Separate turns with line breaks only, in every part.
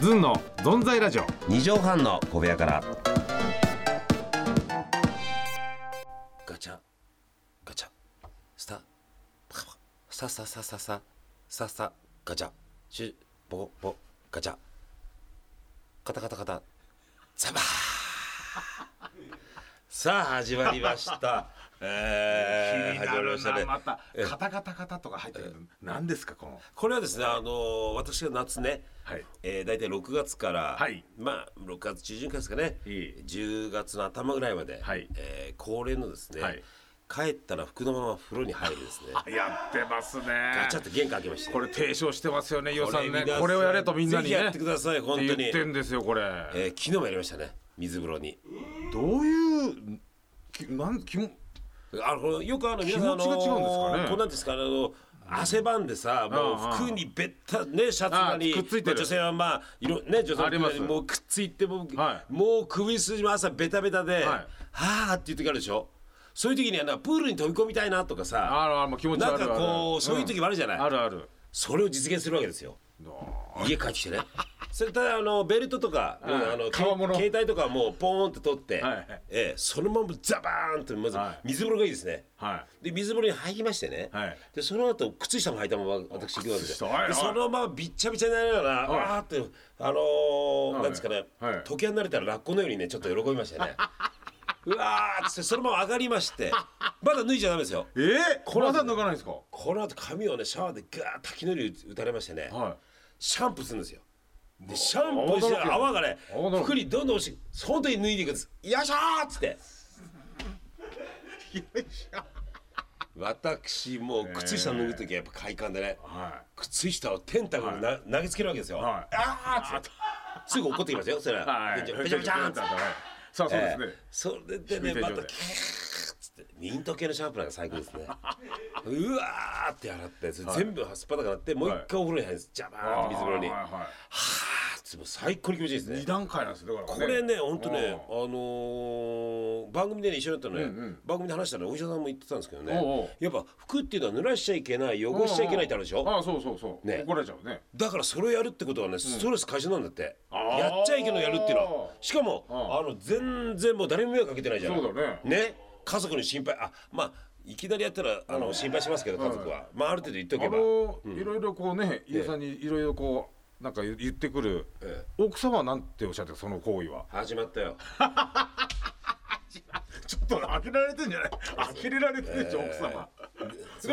ずんのぞんざいラジオ
二畳半の小部屋から
ガチャガチャスタパカパカサササササササガチャシュボコボコガチャカタカタカタザバーさあ始まりました、えー、始まりましたね
また
え
カタカタカタとか入ってるけど何ですかこの
これはですねあのー私が夏ね、
はい
えー、大体6月から、
はい
まあ6月中旬からですかね、
ええ
10月の頭ぐらいまで、
はい
えー恒例のですね、
はい
帰ったら服のまま風呂に入るですね
やってますね
ガチャって玄関開けまして
これ提唱してますよね伊代さんね
皆さん
これをやれとみんなに
ぜひ
ね
やってください本当に
って言ってんですよこれ
えー、昨日もやりましたね水風呂に
どういうきなんきも
あのこれよくあの皆さんあの
気持ちが違うんですかね
こうなんですかあの汗ばんでさもう
ああ
服にべったねシャツなり
ああくっついてる
まあ女性はまあいろね女性
あります
はもうくっついてもう、
は
もう首筋も朝ベタベタで、
はい
はあっていう時あるでしょそういう時にはなプールに飛び込みたいなとかさ
あるあるもう気持ち
な
悪
ん
い
かこうそういう時もあるじゃない、
あるある
それを実現するわけですよ
あ
家帰ってきてねそれただあのベルトとか、
はい
あのけ
革物
携帯とかはもうポーンって取って、
はい
ええそのままザバーンとまず
は
水風呂がいいですね、
は
で水風呂に入りましてね、
はい
でその後靴下も履いたまま私行くわけです
靴下
よ
はいはい
でそのままびっちゃびちゃになりながら、
はい
あーってあのー
はい
なんですかね、
はい
時計になれたらラッコのようにねちょっと喜びましたねうわーっつってそのまま上がりましてまだ脱いじゃダメですよ
いええこれまだ脱がないんですか
この後髪をねシャワーでガーッと滝のように打たれましてね、
は
シャンプーするんですよ。でシャンプーして
泡だらけ
泡がね
泡だらけ
服にどんどん落ちてその時に脱いでいくんです「よいしょ!」っ つって私もう靴下脱ぐ時はやっぱ快感でね、
いは
靴下をテンタクルな、投げつけるわけですよ、
はい
あーっつってすぐ怒ってきますよそれは、
はい
ペチャペチャペチャーンっつって
さあそうですね
ええそれで
手
ね
錠
ま
で
たキャーッつってミント系のシャンプーなんか最高ですねうわーって洗ってそれ全部すっぱだからってもう一回お風呂に入るんですジャバーンって水風呂に
はいは
はい
はい
ーっつってもう最高に気持ちいいですね
二段階なんですよだから
これね本当ね
うん
あのー番組でね一緒になったね、
うんうん
番組で話したらお医者さんも言ってたんですけどね
おうおう
やっぱ服っていうのは濡らしちゃいけない汚しちゃいけないってあるでしょ
ああそうそうそう、
ね
怒られちゃうね
だからそれをやるってことはねストレス解消なんだって、
あー
やっちゃいけないやるっていうのはしかも、
あ
あの全然もう誰にも迷惑かけてないじゃない
そうだね
家族に心配あまあいきなりやったらあの心配しますけど家族は、まあある程度言っと
あ
けば、
の、いろいろこうね伊代さんにいろいろこうなんか言ってくる、
え
奥様はなんておっしゃってたその行為 は
始まったよ
ちょっと呆れられてんじゃ ない呆れられてるでしょ、奥様で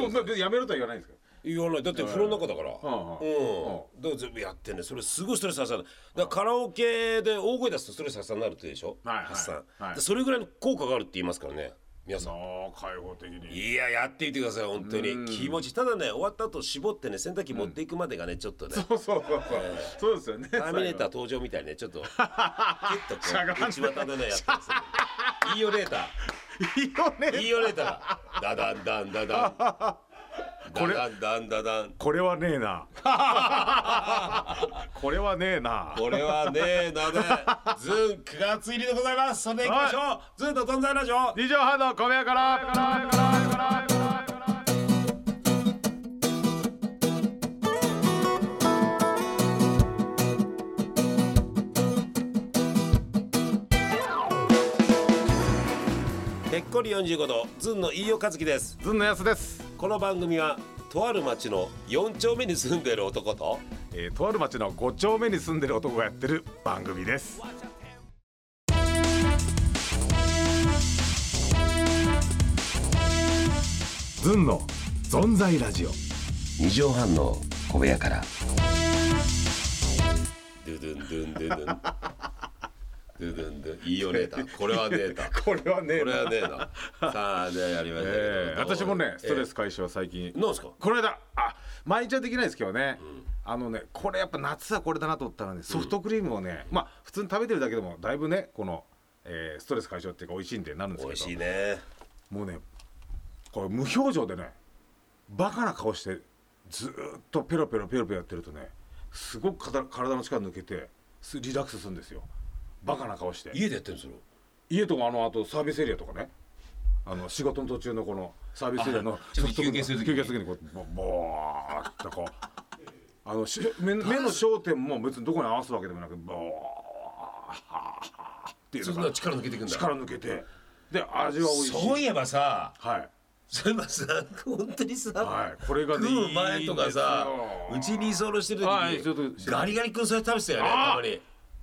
も、まあ、別にやめろとは言わないんですけ
言わないだって風呂の中だから
ああ
うんだから全部やってんねそれすごいストレス発散だからカラオケで大声出すとストレス発散になるってでしょ、
はいはい
発散、
はい
でそれぐらいの効果があるって言いますからね皆さん
どああ開放的に
いややってみてください本当に気持ちただね終わった後絞ってね洗濯機持っていくまでがねちょっとね
そうそうそうそう、そうですよね
ターミネーター登場みたいにねちょっとキュッと
しゃがん
こ
で
う内股でねやったりするいいよレータ
最後
ーいいよレーターダダンダンダダン
これ
ダダンダンダダン
これはねえ なこれはねえな
これはねえなでズン9月入りでございますそれでは行きましょう、ズンと存在ラジオ
二畳半の小部屋から
ぺっこり45度ズンの飯尾和樹です
ずんのやすです、
この番組はとある町の4丁目に住んでいる男と
えー、とある町の五丁目に住んでる男がやってる番組ですずんの存在ラジオ
二畳半の小部屋から
ドゥドゥンドゥンドゥドゥンドゥドゥンドゥンいいよレーターこれはデータこ
これはねえ
れ
な、
はねえなさあねやりましたけど、
えー、私もねストレ
ス、
ス解消は最近、
えー、なんですか
この間あ毎日はできないですけどね、あのねこれやっぱ夏はこれだなと思ったらねソフトクリームをね、まあ普通に食べてるだけでもだいぶねこの、えーストレス解消っていうか美味しいんでなるんですけ
美味
ど
しいね
もうねこれ無表情でねバカな顔してずーっとペロペロペロペロやってるとねすごくかた体の力抜けてすリラックスするんですよバカな顔して
家でやってるんですよ
家とかあのあとサービスエリアとかねあの仕事の途中のこのサービスエリアの
ちょっと休憩する時
休
に
憩する時にこうボボーッとこうあのし目目の焦点も別にどこに合わすわけでもなくボーっていう
そ
の
んな
が
力抜けていくんだ
力抜けてで味は美味しい
そういえばさ
はい
そういえばさ本当にさ、
はいこれがね
食う前とかさ
いい
うん
です
ち
よ
に居候してる時に、
はいちょっと
ガリガリ君それ食べてたよねた
あ
まに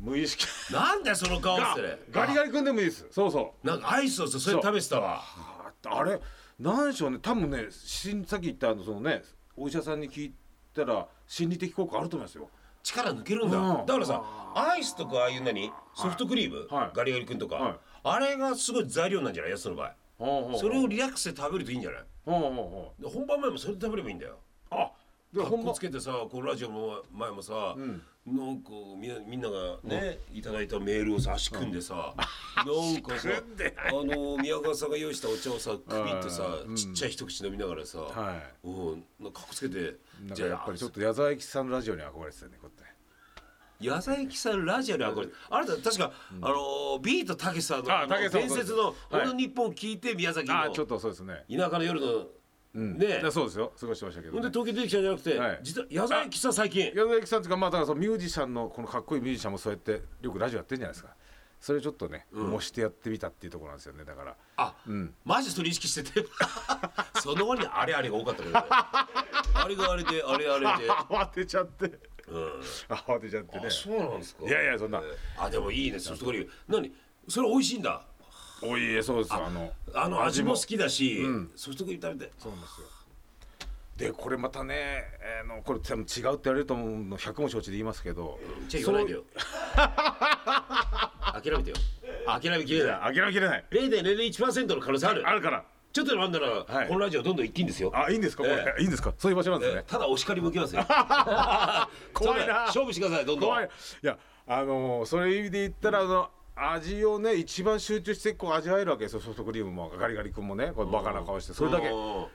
無意識
なんだよその顔
あ
してね
ガリガリ君でもいいですそうそう
なんかアイスをさそれ食べてたわ
ああれなんでしょうね多分ねしんさっき言ったあのそのねお医者さんに聞いたら心理的効果あると思いますよ
力抜けるんだ、
うん
だからさアイスとかああいう何ソフトクリーム、
はい
ガリガリ君とか、
はい
あれがすごい材料なんじゃないやつの場合そ
そ
れをリラックスで食べるといいんじゃない
を
で本番前もそれで食べればいいんだよ
あで
格
本
好
場
つけてさこうラジオも前もさ、
ん
なんかみんなみんながね、いただいたメールをさ足組ん でさ、なんかさあの宮川さんが用意したお茶をさくびってさ、
うん
ちっちゃい一口飲みながらさ、
は
うんなんか格好つけて
いなんかやっぱりちょっと矢沢永吉さんのラジオに憧れてたねこうやって
矢沢駅さんラジオに憧れてあなた確か、あのービートたけしさんの
あたけしさん
伝説の
は
「
い
俺の日本」を聞いて宮崎の
あーちょ
田
っとそうですね
舎の夜の、
うん
ね
だそうですよ過ごしてましたけ
ほ
ど
んで
ね
東京出てきたんじゃなくて、
はい
実は矢沢駅さん最近
矢沢永吉さんとかまあだからそのミュージシャンのこのかっこいいミュージシャンもそうやってよくラジオやってんじゃないですかそれをちょっとね模してやってみたっていうところなんですよねだから
あ、マジそれ意識して てその割にあれあれが多かったけどねあれがあれであれあれ で、
慌てちゃって
うん、
慌てちゃってね
あそうなんですか
いやいやそんな
えーあでもいいねソフトクリーム何それ美味しいんだ
おいえそうですよあの
あの味も好きだし、ソフトクリーム食べて
そうなんですよでこれまたね、あのこれ多分違うって言われると思うの100も承知で言いますけど
じゃあ言わないで よ諦めてよ諦めきれない
諦めきれない
0.001%の可能性ある
あるから
ちょっとでもあんなら、
はい
このラジオどんどん行っていいんですよ
あいいんですかこれ、
え
いいんですかそういう場所なんです
え
ね
ー、ただお叱り向けますよ
怖いな
そうだよ勝負してくださいどんどん
怖いいやあのそういう意味で言ったら、あの味をね一番集中してこう味わえるわけですよソフトクリームもガリガリ君もねこれバカな顔してそれだけ
うん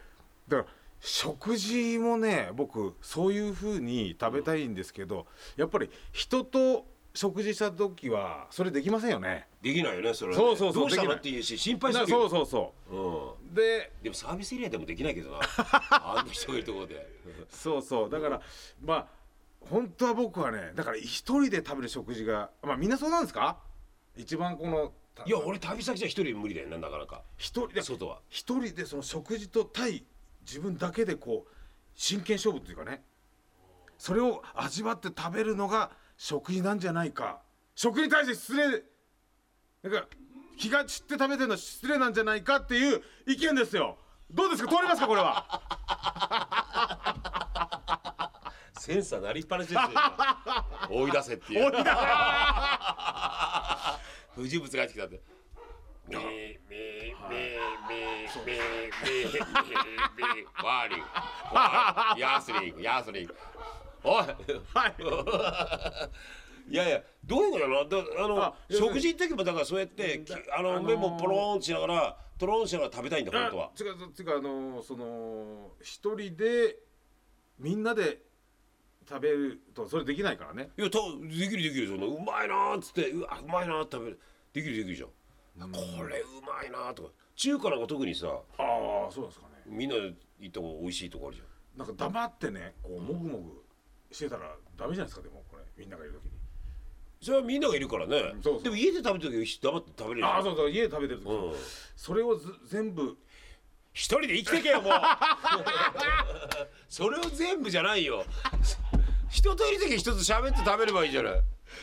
だから食事もね僕そういう風に食べたいんですけど、やっぱり人と食事した時はそれできませんよね
できないよねそれはね
そうそうそう
どうし
で
た
き
の
ない
っていうし心
な
配する
そう
よ、
そうそう
う
うで
ん、でもサービスエリアでもできないけど なあんな人がいるところで
そうそうだから、まあ本当は僕はねだから一人で食べる食事がまあみんなそうなんですか一番このた
いや俺旅先じゃ一人無理だよななかなか
一人で
外は
一人でその食事と対自分だけでこう真剣勝負っていうかねそれを味わって食べるのが食事なんじゃないか食に対して失礼なんか気が散って食べてるのは失礼なんじゃないかっていう意見ですよどうですか通りますかこれは
センサーなりっぱなしですよ今追い出せっていう追い出せ不純物が入ってきたってみーみーみーみーみーみーみーみーワーリンワーリンヤスリンヤスリンおいいやいやどういうことなのだあの
あ要するに
食事行ってけばだからそうやってきあの、
あのー
目もポローンしながらトローンしながら食べたいんだ 本当は
違う違うあのその一人でみんなで食べるとそれできないからね
いやたできるできるそのうまいなーっつってうわうまいなーって食べるできるできるじゃん、これうまいなーとか中華なんか特にさ
ああそうですかね
みんなで行った方が美味しいとこあるじゃ
なんか黙ってねこうもぐもぐしてたらダメじゃないですかでもこれみんながいる時に
んそれはみんながいるからね、
んそうそう
でも家で食べる時黙って食べれるじゃ
あ
ん
あそうそう家で食べてる時、
うん
それをず全部
一人で生きてけよもう それを全部じゃないよ人といる時人と喋って食べればいいじゃない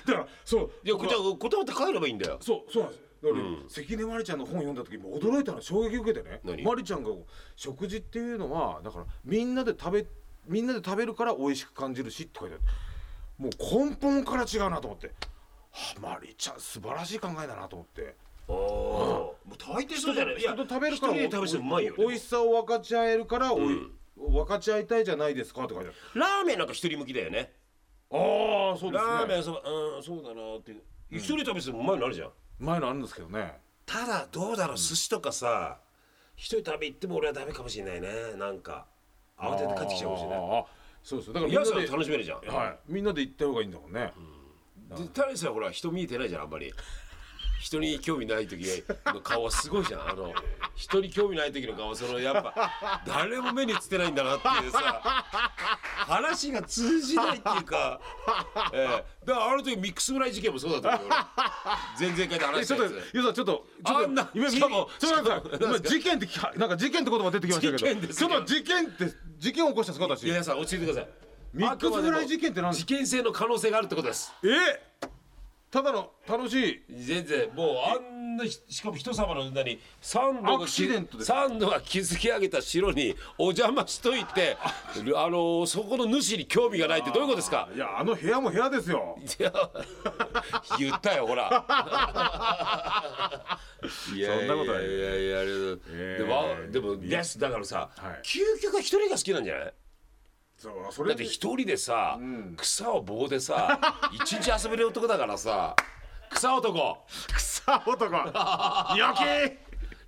だからそう
いや
僕
こ
は
じゃあ断って帰ればいいんだよ
そうそうなんですだから、関根麻里ちゃんの本読んだ時もう驚いたの衝撃受けてね
何
麻里ちゃんが食事っていうのはだからみんなで食べみんなで食べるから美味しく感じるしって書いてあるもう根本から違うなと思ってはあ麻里ちゃん素晴らしい考えだなと思って
ああもう大抵そうじゃないいや
人と食べるから
一人で食べてもうまいよね
美味しさを分かち合えるからおい、分かち合いたいじゃないですかって書いてある
ラーメンなんか一人向きだよね
ああそうですね
ラーメンそばうんそうだなって一人で食べててもうまいのあるじゃん、
前のあるんですけどね
ただどうだろう寿司とかさ一人旅行っても俺はダメかもしれないねなんか慌てて帰ってきちゃうかもしれない
あーそうそうだからみん
皆
な
さん
で、
楽しめるじゃん、
はい、みんなで行った方がいいんだもんね、
でタレさんほら人見えてないじゃんあんまり人に興味ない時の顔はすごいじゃんあの人に興味ない時の顔そのやっぱ誰も目につってないんだなっていうさ話が通じないっていうか、ええだからあの時ミックスぐらい事件もそうだと思うよ俺前々回で
え
話し
ち
た
ょっとゆ
やつ
うさんちょっとちょっと
あんな
今
しかも
ちょっと待ってください
しかも
今事件って聞かなんか事件って言葉出てきましたけど
事件です
ちょ
よ
っと事件って事件を起こした姿し
いや皆さん落ち着いてください
ミックスフライ事件って何です
事件性の可能性があるってことです
えただの楽しい
全然もうあんなひしかも人様の女に三度が
アクシデントです
三度が築き上げた城にお邪魔しとい てあのそこの主に興味がないってどういうことですか
いやあの部屋も部屋ですよ
いや言ったよほらいや
そんなこと ない
いやいやありがとうございます
えー
でもでもですだからさ、
はい
究極は一人が好きなんじゃない
そうそれ
だって
で
一人でさ、草を棒でさ一日遊べる男だからさ草男
草男よき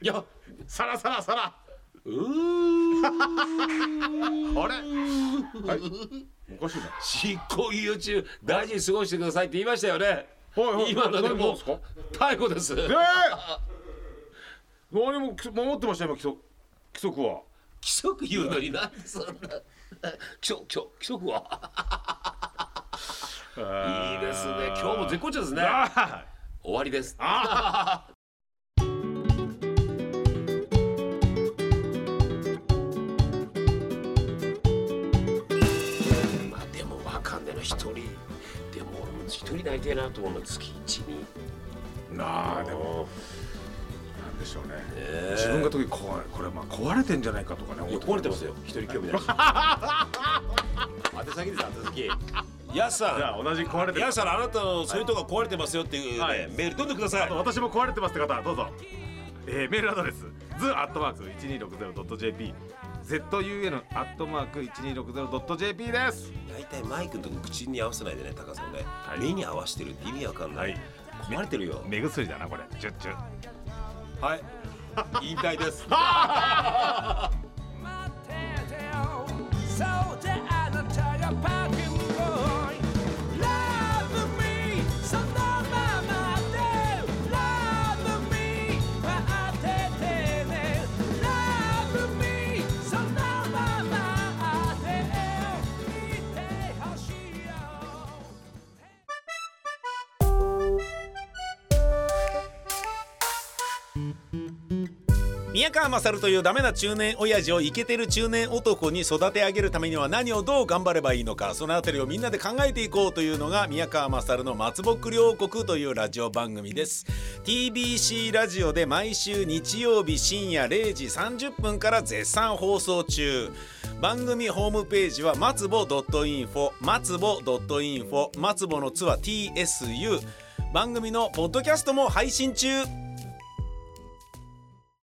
いや
さらさらさら
うーん
あれおかしいな
執行猶予中大事に過ごしてくださいって言いましたよね、
はいはい
今ので
何何
も
ですか
逮捕です
ええ何も規則守ってましたよ今規則規則は
規則言うのになんでそんな規則規則規則はいいですね今日も絶好調ですね
あ
終わりですまあでもわかんねえな一人でも俺も一人なりてえなと思うの月一に
ーなあでもなんでしょうね、自分が時こわこれまあ壊れてんじゃないかとかね
い
思
や
って
壊れてますよ一人興 味ない宛先です宛先やす
じ
さ
ゃあ同じ壊れ
ん
て
や
ます
すさんあなたのそういうとこ壊れてますよっていうね
はい
メールどんどんください
私も壊れてますって方どうぞ、えー、メールアドレス z アットマーク一二六ゼロドット jp z u n アットマーク一二六ゼロドット jp です。
大体マイクのとこ口に合わせないでね高さんね、
い
目に合わせてるって意味わかんない、
はい
困れてるよ
目薬だなこれ。チュッチュ。
はい 引退 です
宮川勝というダメな中年親父をイケてる中年男に育て上げるためには何をどう頑張ればいいのかそのあたりをみんなで考えていこうというのが宮川勝の「松ぼっくり王国」というラジオ番組です TBC ラジオで毎週日曜日深夜0時30分から絶賛放送中番組ホームページは松ぼ .info 松ぼ .info 松ぼの「つ」は TSU 番組のポッドキャストも配信中